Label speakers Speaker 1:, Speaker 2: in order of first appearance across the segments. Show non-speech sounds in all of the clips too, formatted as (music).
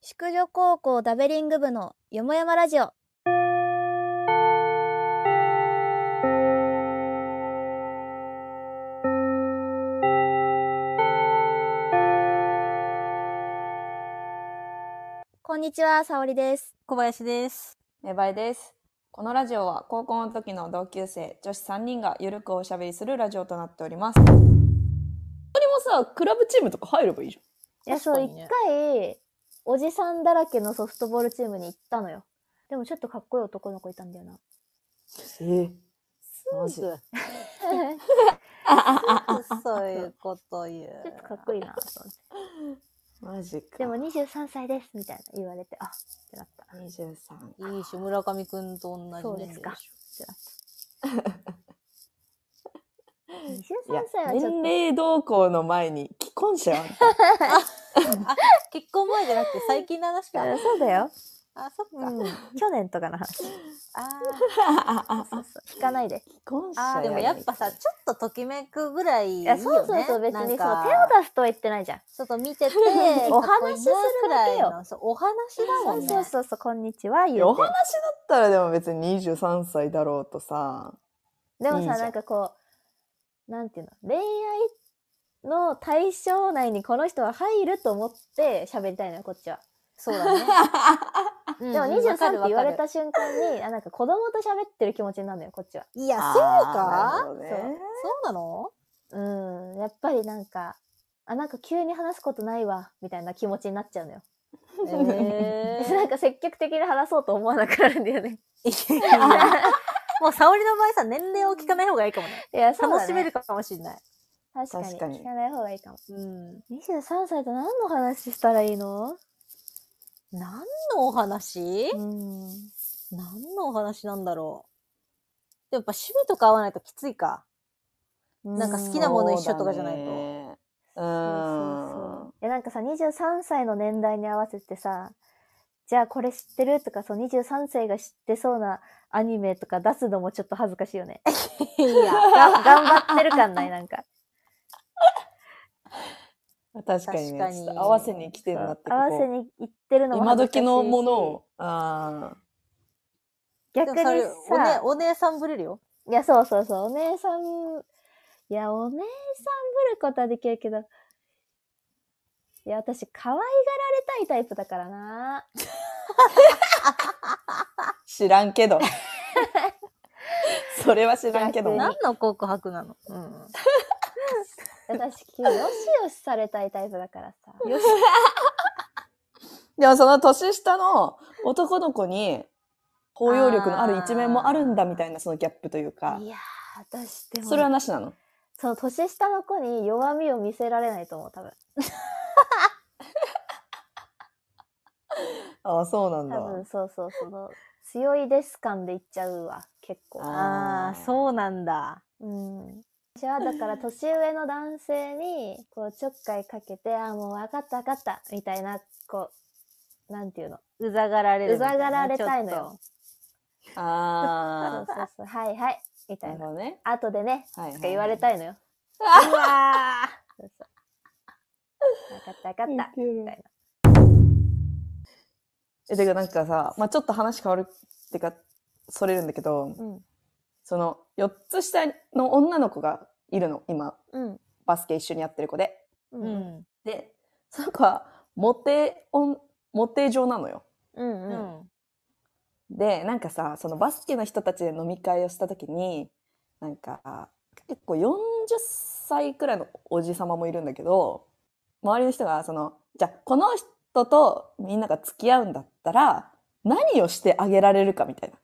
Speaker 1: 宿女高校ダベリング部のよもやまラジオ。こんにちは、さおりです。
Speaker 2: 小林です。
Speaker 3: 芽生えです。このラジオは高校の時の同級生女子3人がゆるくおしゃべりするラジオとなっております。
Speaker 2: でもさ、クラブチームとか入ればいいじ
Speaker 1: いや、
Speaker 2: 確
Speaker 1: そ
Speaker 2: か
Speaker 1: う、
Speaker 2: に
Speaker 1: 一
Speaker 2: ね
Speaker 1: 回、おじさんだらけのソフトボールチームに行ったのよ。でもちょっとかっこいい男の子いたん
Speaker 2: (laughs)
Speaker 1: だよな。
Speaker 2: ゃん。えマジ
Speaker 4: すぐそういうこと言う。
Speaker 1: ちょっとかっこいいなと思って。
Speaker 3: マジか。
Speaker 1: でも23歳ですみたいな言われて、あってなった。
Speaker 3: 23。
Speaker 4: いいし、村上くんと同じ年
Speaker 1: そう
Speaker 4: 齢
Speaker 1: です
Speaker 4: (laughs)
Speaker 1: か。っ
Speaker 4: しょ
Speaker 1: てなった。23歳はちょっ
Speaker 3: 年齢動向の前に既婚者は
Speaker 4: 結婚前じゃなくて最近の話
Speaker 1: と。
Speaker 4: か。
Speaker 1: あそうだよ。
Speaker 4: あ、そっか。
Speaker 1: うん。去年とかの話。
Speaker 4: あ
Speaker 1: (laughs) そうそう引かないで。
Speaker 3: 既婚者
Speaker 4: ーあー、でもやっぱさ、ちょっとときめくぐらいいい
Speaker 1: い
Speaker 4: よ、
Speaker 1: や、
Speaker 4: ね。
Speaker 1: そうそうそう、別にそう、手を
Speaker 4: を
Speaker 1: 出すとは言ってないじゃん。
Speaker 4: ちょっと見てて、
Speaker 1: お話しするだけよ
Speaker 4: かっこいいなくらいのそうお話だもんね。
Speaker 1: そうそうそう、こんにちは、
Speaker 3: い
Speaker 1: 言
Speaker 3: やお
Speaker 1: う
Speaker 3: 話だったらでも別に23歳だろうとさ
Speaker 1: て。でも
Speaker 3: いいじ
Speaker 1: さ、
Speaker 3: ゃん
Speaker 1: なんかこう、なんていうの、恋愛の対象内にこの人は入ると思って喋りたいのよ、こっちは。
Speaker 4: そ
Speaker 1: (laughs)
Speaker 4: うだね。
Speaker 1: でも
Speaker 4: うんう
Speaker 1: 23っ
Speaker 4: んわ
Speaker 1: て
Speaker 4: かるわかる
Speaker 1: 言われた瞬間に、あ、なんか子供と喋ってる気持ちになるのよ、こっちは。
Speaker 4: いや、そう
Speaker 3: あー
Speaker 4: か
Speaker 3: なるほどね
Speaker 4: そうそうなの
Speaker 1: うん、やっぱりなんか、あ、なんか急に話すことないわ、みたいな気持ちになっちゃうのよ。
Speaker 4: え
Speaker 1: で (laughs) なんか積極的に話そうと思わなくなるんだよね。
Speaker 4: (laughs) ー、いやもう沙織の場合さ、年齢を聞かない方がいいかもね。
Speaker 1: (laughs) いや、そうだね
Speaker 4: 楽しめるかもしれない。
Speaker 1: 確かに。
Speaker 3: 確かに
Speaker 1: 聞かない方がいいかも。
Speaker 4: うん。
Speaker 1: 23歳と何の話したらいいの
Speaker 4: 何のお話
Speaker 1: うん。
Speaker 4: 何のお話なんだろう。でもやっぱ趣味とか合わないときついか。
Speaker 1: なん
Speaker 4: か好き
Speaker 1: い
Speaker 4: (laughs) なもの一緒とかじゃないと
Speaker 3: とう
Speaker 1: そうや、なんかさ、23歳の年代に合わせてさ、じゃあこれ知ってるとか、そう、23歳が知ってそうなアニメとか出すのもちょっと恥ずかしいよ
Speaker 4: (laughs)
Speaker 1: ね。
Speaker 4: いや、
Speaker 1: (laughs) が頑張ってる感ない、なんか。
Speaker 3: ん確かにね
Speaker 4: 確かに
Speaker 3: ちょっと合わせに来てるなって
Speaker 1: 合わせ
Speaker 3: こ
Speaker 1: に行ってる
Speaker 3: こ
Speaker 1: のも
Speaker 3: 今
Speaker 1: 恥ずかしい
Speaker 3: 時
Speaker 1: し
Speaker 3: のものをああ
Speaker 1: 逆
Speaker 4: で
Speaker 1: に
Speaker 4: もそれお,、
Speaker 1: さ、、
Speaker 4: ねお姉さんぶれるよ。
Speaker 1: いやそうそうそうお姉さんいやお姉さんぶることはできるけどいや私可愛がられたいタイプだからな
Speaker 3: 知らんけど。 (laughs) それは知らんけど
Speaker 1: 逆
Speaker 3: な
Speaker 1: に
Speaker 4: 何。の告白なのうん。
Speaker 1: 私急によしよしされたいタイプだからさ (laughs)
Speaker 4: よし。
Speaker 3: でもその年下の男の子に包容力のある一面もあるんだみたいなそのギャップという (laughs) か
Speaker 1: い、やー私でも
Speaker 3: それはなしなの。
Speaker 1: その年下の子に弱みを見せられないと思う多分
Speaker 3: ああ、そうなんだ
Speaker 1: 多。分そうそうその強いです感でいっちゃうわ結構
Speaker 4: ああ、そうなんだ。
Speaker 1: うん。私はだから年上の男性にこうちょっかいかけて、あーもう分かった分かったみたいな、こう、なんていうの。
Speaker 4: うざがられるみたいな。
Speaker 1: うざがられたいのよそう
Speaker 3: あ
Speaker 1: そうそう、はいはい、み
Speaker 3: あ、
Speaker 1: た
Speaker 3: ないる
Speaker 1: な。
Speaker 3: ほどね。
Speaker 1: 後でね、
Speaker 3: はい、
Speaker 1: とか言われたいのよ。
Speaker 4: ちょっと。うわ
Speaker 1: そうそう。分かった分かった。みたい
Speaker 3: え、てかなんかさ、まあちょっと話変わるってか、それるんだけど
Speaker 1: な。、うん。
Speaker 3: その4つ下の女の子がいるの、今、
Speaker 1: うん。
Speaker 3: バスケ一緒にやってる子で。
Speaker 1: う。
Speaker 4: ーうんん。
Speaker 3: で、その子はモテ、オンモテ上なのよ。
Speaker 1: うん。
Speaker 4: う
Speaker 1: うん。
Speaker 4: ん。
Speaker 3: でなんかさそのバスケの人たちで飲み会をした時になんか結構40歳くらいのおじ様もいるんだけど周りの人がそのじゃあこの人とみんなが付き合うんだったら何をしてあげられるかみたいな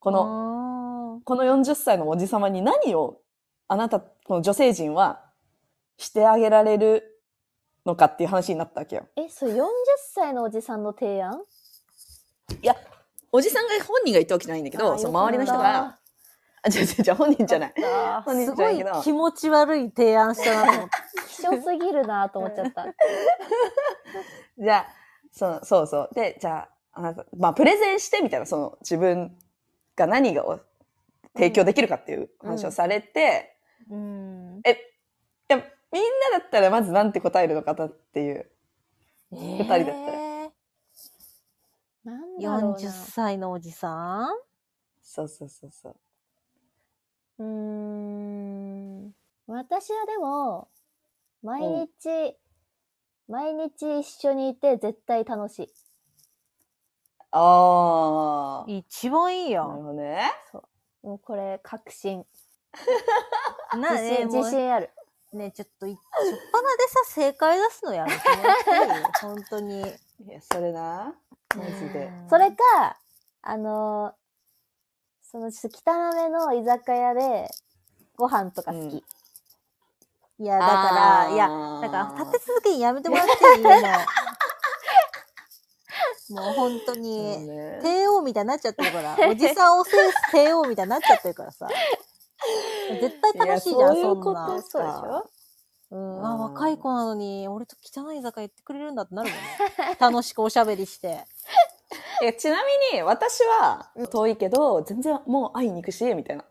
Speaker 3: この
Speaker 4: の、
Speaker 3: この40歳のおじ様に何をあなたこの女性陣はしてあげられるのかっていう話になったわけよ。
Speaker 1: え、それ40歳のおじさんの提案
Speaker 3: おじさんが本人が言ったわけじゃないんだけどその周りの人が「あ違う違う違う本人じゃない」
Speaker 1: あ
Speaker 3: 本
Speaker 4: す
Speaker 3: 人じゃ
Speaker 4: ご
Speaker 3: ない
Speaker 4: い
Speaker 3: けど
Speaker 4: 気持ち悪い提案したなと (laughs) 思って。
Speaker 1: ー希少すぎるなと思っちゃ
Speaker 3: (laughs)
Speaker 1: った。
Speaker 3: じゃあ、そのそうそう。で、じゃあ、あなた、まあ、プレゼンしてみたいな、その、自分が何がを提供できるかっていう話をされて、
Speaker 4: うん。
Speaker 3: いや、みんなだったらまずなんて答えるのかなっていう。
Speaker 4: 二
Speaker 3: 人だったら
Speaker 4: ら。
Speaker 1: だろうな
Speaker 4: 40歳のおじさん
Speaker 3: そうそうそうそう。
Speaker 1: うーん。私はでも、毎日、毎日一緒にいて絶対楽しい。
Speaker 3: ああ。
Speaker 4: 一番いい
Speaker 3: なる
Speaker 4: よ。
Speaker 3: ほどね。
Speaker 1: もうこれ、確信。
Speaker 4: な
Speaker 1: 自信、自信ある。
Speaker 4: ね、ちょっとい、 (laughs) しょっぱなでさ、正解出すのやめてもらっていい本当に。
Speaker 3: いや、それな。マジで。
Speaker 1: それか、あのーそのちょっと汚めの居酒屋で、ご飯とか好き。
Speaker 4: いや、だから、いや、だから、立て続けにやめてもらっていい (laughs) の。もう本当に、
Speaker 3: て、
Speaker 4: 帝王みたいになっちゃってるから、おじさんを制す帝王みたいになっちゃってるからさ。絶対楽しいじゃん、
Speaker 3: いやそういうこ
Speaker 4: そん
Speaker 3: と
Speaker 4: な。
Speaker 3: そうでしょ
Speaker 4: うん、
Speaker 3: う
Speaker 4: あ、
Speaker 3: ん
Speaker 4: 若い子なのに、俺と汚い居酒屋行ってくれるんだってなるもんね。楽しくおしゃべり (laughs) して。
Speaker 3: (laughs) いやちなみに、私は、遠いけど、全然もう会いに行くし、みたいな。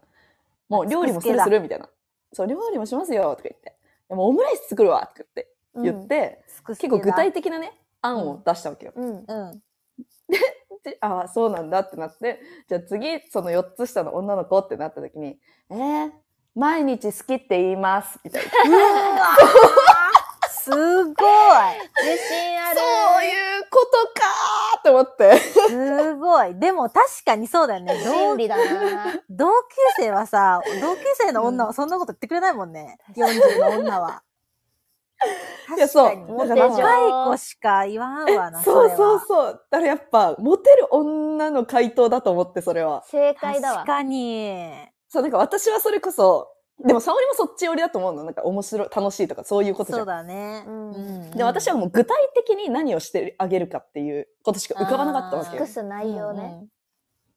Speaker 3: もう料理もするする、みたいな。そう、料理もしますよ、とか言って。いやもうオムライス作るわ、とか言って。
Speaker 1: うん
Speaker 3: 言って、
Speaker 4: すくす
Speaker 3: 結
Speaker 4: く
Speaker 3: 構
Speaker 4: だ
Speaker 3: 具体的なね、案を出したわけよ。
Speaker 1: うん。
Speaker 4: うん。
Speaker 3: でああ、そうなんだってなって、じゃあ次、その4つ下の女の子ってなった時に、えー、毎日好きって言います、みたいな。
Speaker 4: うわーすごい
Speaker 1: 自信ある。
Speaker 3: そういうことかーって思って。
Speaker 4: (laughs) すごいでも確かにそうだよ (laughs) ね。
Speaker 1: 心
Speaker 4: 同
Speaker 1: 理だな。
Speaker 4: 同級生はさ、同級生の女はそんなこと言ってくれないもんね。40の女は。
Speaker 3: (laughs) いやそう
Speaker 4: 確かに
Speaker 1: モテ
Speaker 4: 若
Speaker 1: 女
Speaker 4: い子しか言わんわな。
Speaker 3: そう
Speaker 4: れ
Speaker 3: そう
Speaker 4: は
Speaker 3: そう。だからやっぱ、モテる女の回答だと思って、それは。
Speaker 1: 正解だわ
Speaker 4: 確。かに。
Speaker 3: そう、なんか私はそれこそ、でも沙織もそっち寄りだと思うの。なんか面白い、楽しいとかそういうことじ
Speaker 4: そ
Speaker 3: ゃ。
Speaker 4: うんだね。
Speaker 1: うん
Speaker 3: で、私はもう具体的に何をしてあげるかっていうことしか浮かばなかったわけ
Speaker 1: 尽
Speaker 3: よ
Speaker 1: く。す内容ね。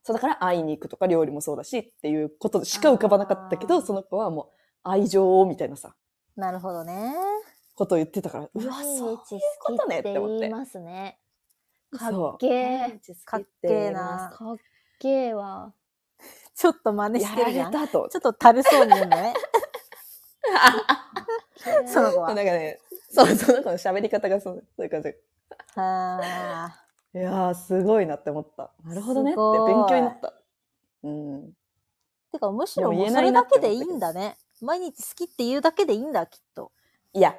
Speaker 3: そうだから会いに行くとか料理もそうだしっていうことしか浮かばなかったけ
Speaker 4: あ
Speaker 3: ど、
Speaker 4: ー
Speaker 3: その子はもう愛情をみたいなさ、
Speaker 4: なるほどね。
Speaker 3: ことを言ってたから、うわ、
Speaker 1: 毎日
Speaker 3: そういう
Speaker 1: 好
Speaker 3: こ
Speaker 1: き
Speaker 3: とね
Speaker 1: っ
Speaker 3: って
Speaker 1: て
Speaker 3: 思
Speaker 1: 言
Speaker 3: っ
Speaker 1: い
Speaker 3: て。
Speaker 1: ますね。か
Speaker 3: そ
Speaker 1: っ
Speaker 3: う
Speaker 1: けえ。
Speaker 4: かっけえな。
Speaker 1: かっけえわ。
Speaker 4: ちょっと真似し
Speaker 3: や
Speaker 4: て
Speaker 3: ら
Speaker 4: るじ
Speaker 3: れ
Speaker 4: ゃん。ちょ
Speaker 3: たと。
Speaker 4: っとたるそうに言うの
Speaker 3: (laughs)
Speaker 4: ね。その子
Speaker 3: なんか。
Speaker 4: は
Speaker 3: ね、そう、その子の喋り方がそうそういう感じ。
Speaker 4: あー
Speaker 3: いやー、すごいなって思った。なるほどねって
Speaker 4: すごい
Speaker 3: 勉強になった。うん。
Speaker 4: てか、むしろ
Speaker 3: でも
Speaker 4: も
Speaker 3: 言
Speaker 4: う
Speaker 3: え
Speaker 4: そ
Speaker 3: ない
Speaker 4: れ
Speaker 3: な
Speaker 4: だ
Speaker 3: って
Speaker 4: け
Speaker 3: 思ったけ
Speaker 4: でい
Speaker 3: ど
Speaker 4: いんだね。毎日好きって言うだけでいいんだ、きっと。
Speaker 3: いや、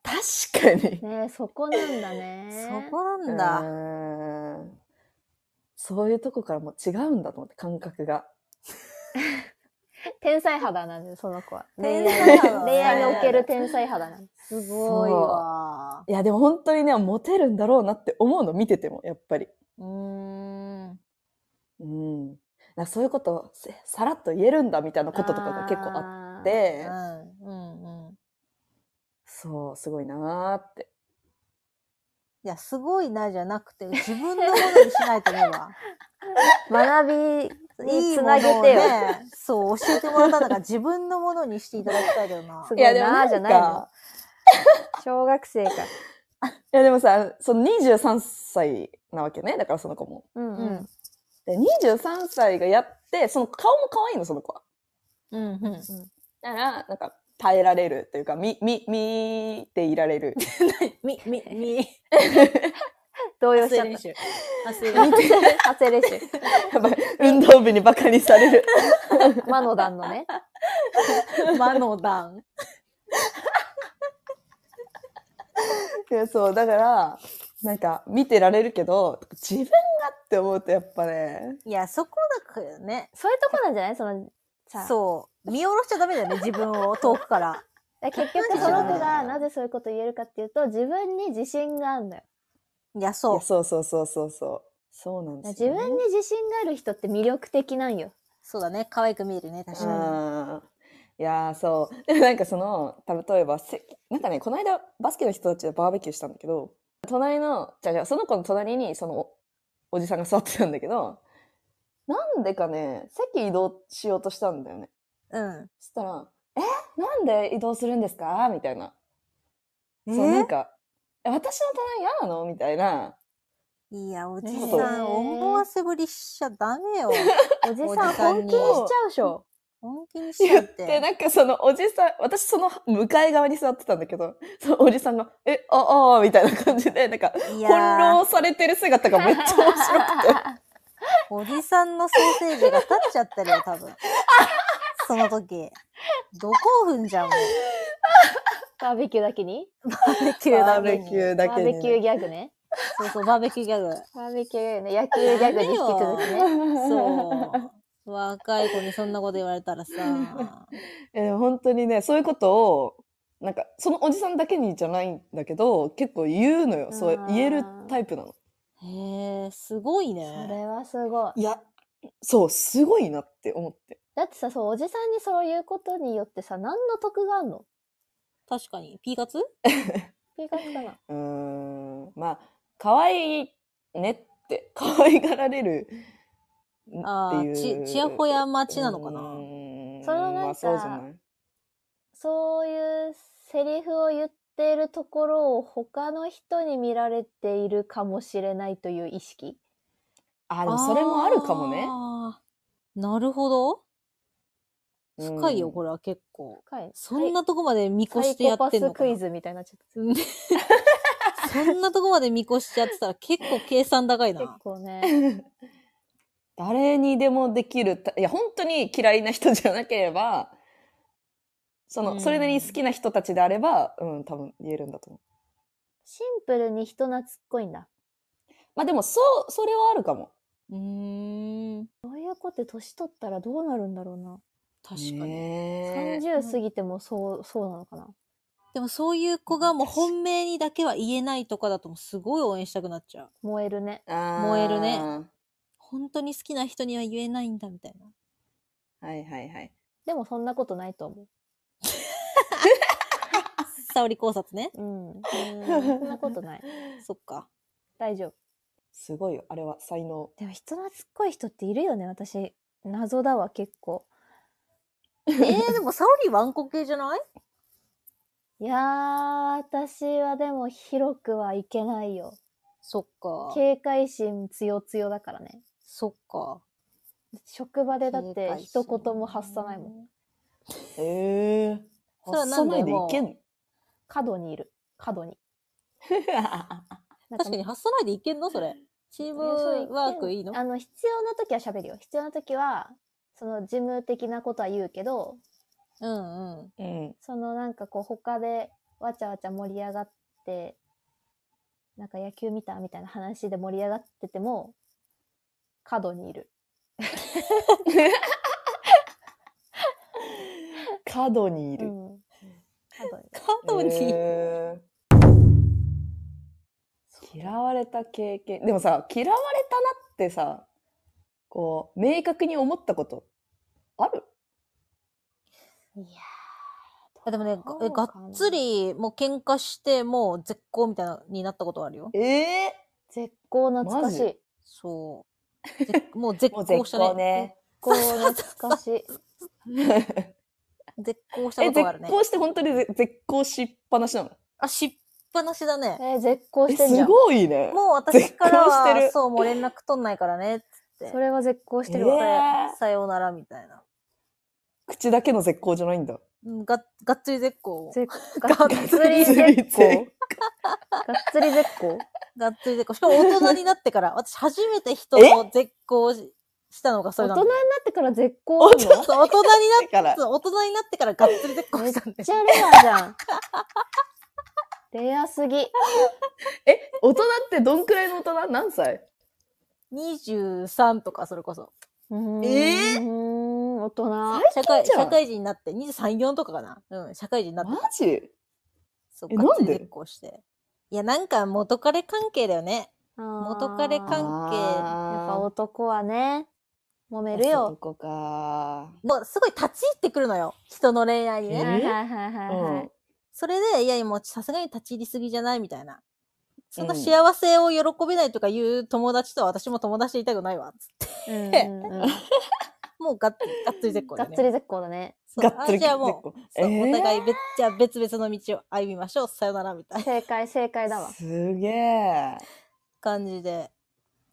Speaker 3: 確かに。
Speaker 1: ねえ、そこなんだね。
Speaker 4: そこなん
Speaker 3: う
Speaker 4: だ。
Speaker 3: ーんそういうとこからも違うんだと思って、感覚が。
Speaker 1: 天才肌なんです、その子は。
Speaker 4: 天
Speaker 1: 恋
Speaker 4: 才
Speaker 1: 愛
Speaker 4: 肌だね
Speaker 1: 恋愛における天才肌なんです。
Speaker 4: すごいわ。
Speaker 3: いや、でも本当にね、モテるんだろうなって思うの見てても、やっぱり。
Speaker 4: うーん。
Speaker 3: うん。なんかそういうことをせさらっと言えるんだみたいなこととかが結構あ
Speaker 1: あ
Speaker 3: っ
Speaker 1: ー。
Speaker 4: う
Speaker 3: て、
Speaker 4: ん。うん。うん。
Speaker 3: そう、すごいなーって。
Speaker 4: いや、すごいなじゃなくて、自分のものにしないとね
Speaker 1: (laughs)
Speaker 4: わ。
Speaker 1: 学び
Speaker 4: い
Speaker 1: に
Speaker 4: い
Speaker 1: つ
Speaker 4: も
Speaker 1: な
Speaker 4: の
Speaker 1: げて
Speaker 4: を
Speaker 1: よ。
Speaker 4: ね、そう、教えてもらったんだから、 (laughs) 自分のものにしていただきたいよな
Speaker 1: す。ご
Speaker 3: いや
Speaker 1: い
Speaker 3: でも
Speaker 1: な
Speaker 3: な
Speaker 1: あ
Speaker 3: ん
Speaker 1: じゃないのよ
Speaker 3: か。
Speaker 1: 小学生か。
Speaker 3: いや、でもさ、その23歳なわけね。だからその子も。
Speaker 1: うん
Speaker 4: う
Speaker 1: うん
Speaker 4: ん。。
Speaker 3: で23歳がやって、その顔も可愛いの、その子は。
Speaker 4: うん。うん。
Speaker 3: だから、なんか、耐えられるっていうか、み、み、見ていられる。 (laughs)
Speaker 4: み、み、み、
Speaker 1: (laughs) 動揺しちゃっ
Speaker 4: 練習。
Speaker 1: た。発声練
Speaker 3: やばい運動部にバカにされる。 (laughs)
Speaker 1: 習。魔の段のね。
Speaker 4: 魔の段。
Speaker 3: いや、そう、だから、なんか、見てられるけど、自分がって思うとやっぱね、
Speaker 4: いや、そこだからね。
Speaker 1: そういうとこなんじゃないその、さあ。
Speaker 4: そう。見下ろしちゃダメだよね、自分を遠くから。
Speaker 1: だから結局その子がなぜそういうこと言えるかっていうと、自分に自信があるんだよ。
Speaker 4: い
Speaker 1: (laughs)
Speaker 4: や、
Speaker 3: い
Speaker 4: そう
Speaker 3: や。そうそうそうそうそう。そうなんです
Speaker 1: 自
Speaker 3: よ、ね。
Speaker 1: 分に自信がある人って魅力的なんよ。
Speaker 4: そうだね。可愛く見えるね、確か
Speaker 3: うんいやーそう。でもなんかその、た例えばせ、なんかね、この間バスケの人たちでバーベキューしたんだけど、隣の、じゃあじゃあその子の隣にそのおおじさんが座ってたんだけど、なんでかね、席移動しようとしたんだよね。
Speaker 4: に。う
Speaker 3: そしたら、えなんで移動するんですかみたいな。
Speaker 4: ん。
Speaker 3: そう、なん
Speaker 4: え
Speaker 3: か、え私の隣嫌なのみたいな。
Speaker 4: いや、おじ
Speaker 3: ね
Speaker 4: さん、思わせぶりしちゃダメよ。
Speaker 1: (laughs) おじ
Speaker 4: お
Speaker 1: さん
Speaker 4: じさん
Speaker 1: 本気にし
Speaker 4: に
Speaker 1: ちゃうでしょ。
Speaker 4: 本気にしち
Speaker 3: 言
Speaker 4: ゃ
Speaker 3: っ、
Speaker 4: ってて。
Speaker 3: なんかそのおじさん、私その向かい側に座ってたんだけど、そのおじさんが、え、ああ、みたいな感じで、なんか、
Speaker 4: い
Speaker 3: 翻
Speaker 4: や
Speaker 3: 弄されてる姿がめっちゃ面白くて。
Speaker 4: おじさんのソーセージが立っちゃってるよ、
Speaker 3: (laughs)
Speaker 4: 多分。その時。ど興奮じゃん、もう。
Speaker 1: (laughs) バーベキューだけに
Speaker 4: (laughs) バーベキューだけに。
Speaker 3: ー
Speaker 1: バーベキューギャグね。
Speaker 4: そうそう、バーベキューギャグ。
Speaker 1: バーベキューギャグね。野球ギャグに引き続きね。
Speaker 4: そう。若い子にそんなこと言われたらさ。
Speaker 3: えでも本当にねそういうことをなんかそのおじさんだけにじゃないんだけど結構言うのよそう
Speaker 1: あー
Speaker 3: 言えるタイプなの
Speaker 4: へえ、すごい
Speaker 1: そ
Speaker 4: ね。
Speaker 1: れはすごい。
Speaker 3: いやそうすごいなって思って
Speaker 1: だってさ、そう、おじさんにそういうことによってさ、何の得があんの
Speaker 4: 確かに。ピーカツ
Speaker 1: ピーカツかな。
Speaker 3: うーんまあ可愛いねって可愛がられるっていう
Speaker 4: あーちちやほや待ちなのかな
Speaker 3: うーん
Speaker 1: そのなんか
Speaker 3: まあそうじゃない
Speaker 1: そういうセリフを言っているところを他の人に見られているかもしれないという意識
Speaker 3: あでもそれもあるかもね
Speaker 4: あー。なるほど。深いよ、これは結構。
Speaker 1: はい
Speaker 4: そんなとこまで見越
Speaker 1: サイ
Speaker 4: して
Speaker 1: コ
Speaker 4: や
Speaker 1: パ
Speaker 4: ってん
Speaker 1: ス
Speaker 4: のか
Speaker 1: ク
Speaker 4: な
Speaker 1: イズみたいになっちゃった。
Speaker 4: そんなとこまで見越してやってたら結構計算高い
Speaker 1: 結
Speaker 4: な。
Speaker 1: 構ね。
Speaker 3: (laughs) 誰にでもできるたいや本当に嫌いな人じゃなければその、
Speaker 4: うん
Speaker 3: それなりに好きな人たちであればうん多分言えるんだと思う
Speaker 1: シンプルに人懐っこいんだ。
Speaker 3: まあでもそうそれはあるかも
Speaker 4: うーん。
Speaker 1: そういう子って年取ったらどうなるんだろうな。
Speaker 4: 確かに。
Speaker 3: ねえ
Speaker 1: 30過ぎてもそう、そうなのかな。
Speaker 4: でもそういう子がもう本命にだけは言えないとかだともうすごい応援したくなっちゃう。
Speaker 1: 燃えるね。
Speaker 3: あー
Speaker 4: 燃えるね
Speaker 3: は
Speaker 4: 本当に好きな人には言えないんだみたい (laughs) な。
Speaker 3: いはいはい
Speaker 1: でもそんなことないと思
Speaker 4: 沙織考察ね。
Speaker 1: う。うん。
Speaker 4: う
Speaker 1: そんなことない。
Speaker 4: ん。そっか。
Speaker 1: 大丈夫。
Speaker 3: すごいよあれは才能
Speaker 1: でも人懐っこい人っているよね、私。謎だわ、結構。
Speaker 4: え (laughs) ー、でも沙織ワンコ系じゃない
Speaker 1: いやー、私はでも広くはいけないよ。
Speaker 4: そっか。
Speaker 1: 警戒心強強だからね。
Speaker 4: そっか。
Speaker 1: 職場でだっ
Speaker 4: 警
Speaker 1: て
Speaker 4: 戒
Speaker 1: 一
Speaker 4: 心
Speaker 1: 言も発さないもん。
Speaker 3: へえー、
Speaker 4: それは
Speaker 3: 発
Speaker 4: な
Speaker 3: さ
Speaker 4: ん
Speaker 3: な
Speaker 4: で
Speaker 3: いでいけん
Speaker 1: 角にいる。角に。なん
Speaker 4: 確かに発さないでいけんのそれ。チームワークいいの
Speaker 1: あの、必要な時は喋るよ。必要な時は、その事務的なことは言うけど、
Speaker 4: うんうん。
Speaker 3: (laughs) うん
Speaker 1: そのなんかこう他でわちゃわちゃ盛り上がって、なんか野球見たみたいな話で盛り上がってても、角にいる。
Speaker 3: 角にいうる、
Speaker 1: ん。角に。
Speaker 4: 角に。
Speaker 3: へー嫌われた経験でもさ嫌われたなってさこう明確に思ったことある
Speaker 1: いや
Speaker 4: あでもね、がえがっつ。り、もう喧嘩して、もう絶好みたいな、になったことあるよ。
Speaker 3: ええ
Speaker 1: 絶好懐かしい。
Speaker 3: マ
Speaker 1: 絶
Speaker 4: そう。ぜ
Speaker 3: (laughs)
Speaker 4: もう絶
Speaker 3: もう
Speaker 4: 好
Speaker 3: 絶
Speaker 4: した
Speaker 3: 好
Speaker 4: ね。
Speaker 3: ね。
Speaker 1: 好懐かしい。
Speaker 4: 絶好した
Speaker 3: え、
Speaker 4: こと
Speaker 3: 絶
Speaker 4: があるね。
Speaker 3: 好して本当にぜ絶好しっぱなしなの。
Speaker 4: あ、しっぱなしだね。
Speaker 1: えー絶好
Speaker 3: え、
Speaker 1: してんじ
Speaker 3: す
Speaker 1: ゃん。
Speaker 3: ごいね。
Speaker 4: もう私から
Speaker 3: 絶好して
Speaker 4: は
Speaker 3: る、
Speaker 4: そう、もう連絡取んないからね。て
Speaker 1: それは絶好してる
Speaker 3: え
Speaker 1: わ。
Speaker 3: ー
Speaker 4: さようなら、みたいな。
Speaker 3: 口だけの絶好じゃないんだ。
Speaker 4: うんががっつり絶好。
Speaker 1: 絶がっつり
Speaker 3: がっつり
Speaker 1: 絶 (laughs)
Speaker 3: 絶好
Speaker 1: 好がっつり絶好
Speaker 4: がっつり絶好。しかも大人になってから、私初めて人を絶好ししたのがそ
Speaker 1: 大
Speaker 4: れな
Speaker 1: 人
Speaker 4: の
Speaker 1: に。なってから絶好あんの
Speaker 4: そう大人にな
Speaker 3: だから
Speaker 4: っ、そう大人になってからがっつり絶好したん
Speaker 1: めっ
Speaker 4: で
Speaker 1: ち。ゃレアじゃん。レアすぎ。
Speaker 3: え、大人ってどんくらいの大人何歳
Speaker 4: 23とか、それこそ。
Speaker 1: うーん
Speaker 4: え
Speaker 1: うーん大人。
Speaker 4: 社会、
Speaker 3: じゃん
Speaker 4: 社会人になって、23、4とかかな。うん、社会人になって
Speaker 3: マ。ジ
Speaker 4: そう、
Speaker 3: え
Speaker 4: がっつ
Speaker 3: なん
Speaker 4: り
Speaker 3: で
Speaker 4: 絶好して。いや、なんか元彼関係だよね。元彼
Speaker 1: やっ
Speaker 4: 関係
Speaker 1: ぱ
Speaker 3: あ
Speaker 1: 男はね、揉
Speaker 3: ー
Speaker 1: めるよ。
Speaker 3: 男か。
Speaker 4: もうすごい立ち入ってくるのよ。人の恋愛に
Speaker 1: はい
Speaker 4: ね。
Speaker 1: はいはいはいは
Speaker 3: う
Speaker 1: い
Speaker 3: ん。
Speaker 4: それで、いやいや、もうさすがに立ち入りすぎじゃないみたいな。そんな
Speaker 3: うん
Speaker 4: 幸せを喜べないとかいう友達とは私も友達でいたくないわ。つっ
Speaker 1: う
Speaker 4: て。
Speaker 1: んうんうん
Speaker 4: もうがっがっつり絶好
Speaker 1: が
Speaker 4: だ
Speaker 1: っ
Speaker 3: (laughs)
Speaker 4: ね。
Speaker 1: つり絶好だね。
Speaker 4: そう
Speaker 3: がっつり
Speaker 4: あじ
Speaker 3: 絶
Speaker 4: ゃあもう、
Speaker 3: 好。
Speaker 4: そ
Speaker 3: え
Speaker 4: う
Speaker 3: ー
Speaker 4: お互い別、じゃあ別々の道を歩みましょう。さよならみたいな
Speaker 1: 正解、正解だわ。
Speaker 3: すげえ。
Speaker 4: 感じで。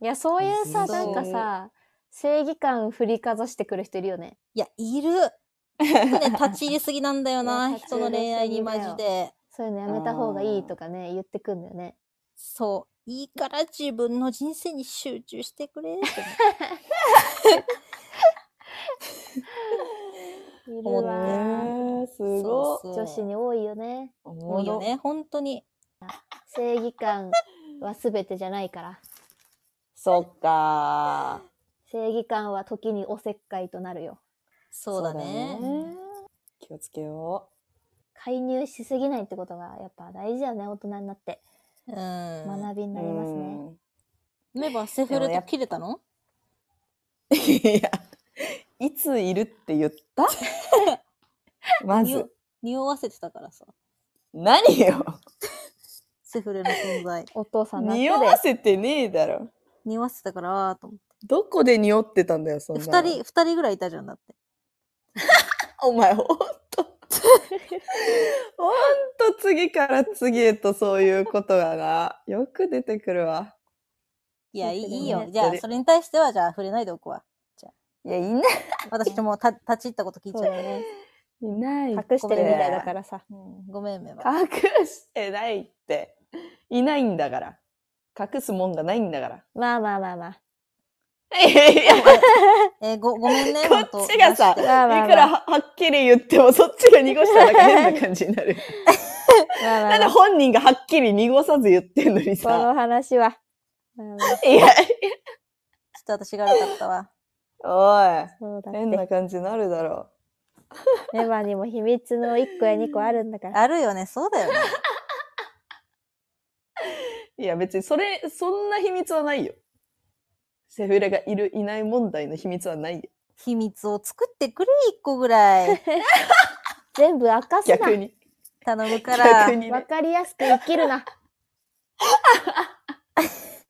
Speaker 1: いや、そういうさ、
Speaker 3: そう
Speaker 1: なんかさ、正義感振りかざしてくる人いるよね。
Speaker 4: いや、いる。本
Speaker 3: (laughs)
Speaker 4: 当ね、立ち入りすぎなんだよ
Speaker 1: い
Speaker 4: な。
Speaker 1: や
Speaker 4: 人の恋愛にマジ
Speaker 1: 立ち入りすぎ
Speaker 4: で。
Speaker 1: そういうのやめた方がいいとかね、言ってくんだよね。
Speaker 4: そいいから自分の人生に集中してくれって
Speaker 1: いる
Speaker 4: 思って
Speaker 1: わ。
Speaker 3: えー、すごっ。
Speaker 4: そうそう
Speaker 1: 女子に多いよね。
Speaker 3: お
Speaker 4: 思
Speaker 3: も
Speaker 4: うよ
Speaker 3: ろ。
Speaker 4: ね、本当に。
Speaker 1: 正義感は全てじゃないから。
Speaker 3: そっか
Speaker 1: 正義感は時におせっかいとなるよ。
Speaker 4: そうだね。
Speaker 3: そうだねー。気をつけよ
Speaker 1: 介入しすぎないってことがやっぱ大事だよね、大人になって。
Speaker 4: うん。
Speaker 1: 学び
Speaker 3: う。
Speaker 1: になりますね。
Speaker 4: メバセフレと切れたの
Speaker 3: うんいや、いついるって言ったまず、
Speaker 4: 匂わせてたからさ。
Speaker 3: 何よ。
Speaker 4: セフレの存在。
Speaker 1: お父さんなんてで
Speaker 3: 匂わせてねえだろ。
Speaker 4: 匂わせてたから、と思って。
Speaker 3: どこで匂ってたんだよ、そん
Speaker 4: 二
Speaker 3: なの。
Speaker 4: 人、二人ぐらいいたじゃんだって。
Speaker 3: お前、ほんと。ほんと、次から次へとそういうことがな。よく出てくるわ。
Speaker 4: いや、い
Speaker 1: そうだね
Speaker 4: いいよ。
Speaker 3: ね
Speaker 4: じゃあ、それに対しては、じゃあ、触れないでおくわ。
Speaker 3: いや、いない、
Speaker 4: 私もうた立ち入ったこと聞い
Speaker 1: そう
Speaker 4: ちゃ
Speaker 1: だ
Speaker 4: う。
Speaker 1: よね。
Speaker 3: いないって。
Speaker 1: 隠してるみたいだからさ。
Speaker 4: うん、ごめん、メバ。
Speaker 3: 隠してないって。いないんだから。隠すもんがないんだから。
Speaker 1: まあまあまあまあ。
Speaker 3: いやいや、
Speaker 4: えーご、ごめんね、
Speaker 3: (laughs) こ
Speaker 4: ほんと
Speaker 3: っちがさ、いく
Speaker 4: 出して
Speaker 1: まあまあまあ
Speaker 3: らははっきり言っても、そっちが濁したらなんか変な感じになる。
Speaker 1: まあま
Speaker 3: な
Speaker 1: (laughs) あ
Speaker 3: んで
Speaker 1: まあ。
Speaker 3: 本人がはっきり濁さず言ってんのに
Speaker 1: こ
Speaker 3: さ。
Speaker 1: の話は。まあまあ、
Speaker 3: いや、
Speaker 4: ちょっと私が悪かったわ。
Speaker 1: (laughs)
Speaker 3: おい、
Speaker 1: そうだっ
Speaker 3: 変
Speaker 1: て。
Speaker 3: な感じになるだろ
Speaker 1: メバにも秘密の1個や2個あるんだから。
Speaker 4: あるよね、そうだよね。
Speaker 3: う。いや、別にそれ、そんな秘密はないよ。セフレがいる、いない問題の秘密はないよ。
Speaker 4: 秘密を作ってくれ、一個ぐらい。
Speaker 1: 全部明かす
Speaker 3: 逆
Speaker 1: な。
Speaker 3: に。
Speaker 4: 頼むから。
Speaker 3: (laughs) 逆に、
Speaker 1: わ
Speaker 3: ね。
Speaker 1: かりやすく生きる
Speaker 3: (laughs)
Speaker 1: な。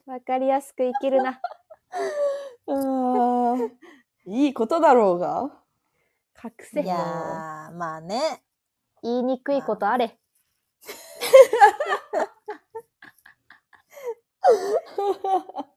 Speaker 1: わかりやすく生きるな。
Speaker 3: あー (laughs) いいことだろうが。
Speaker 1: 隠
Speaker 4: い
Speaker 1: せ。
Speaker 4: や
Speaker 1: 言
Speaker 4: ー、まあね。
Speaker 1: いにくいことあれ。
Speaker 3: (laughs)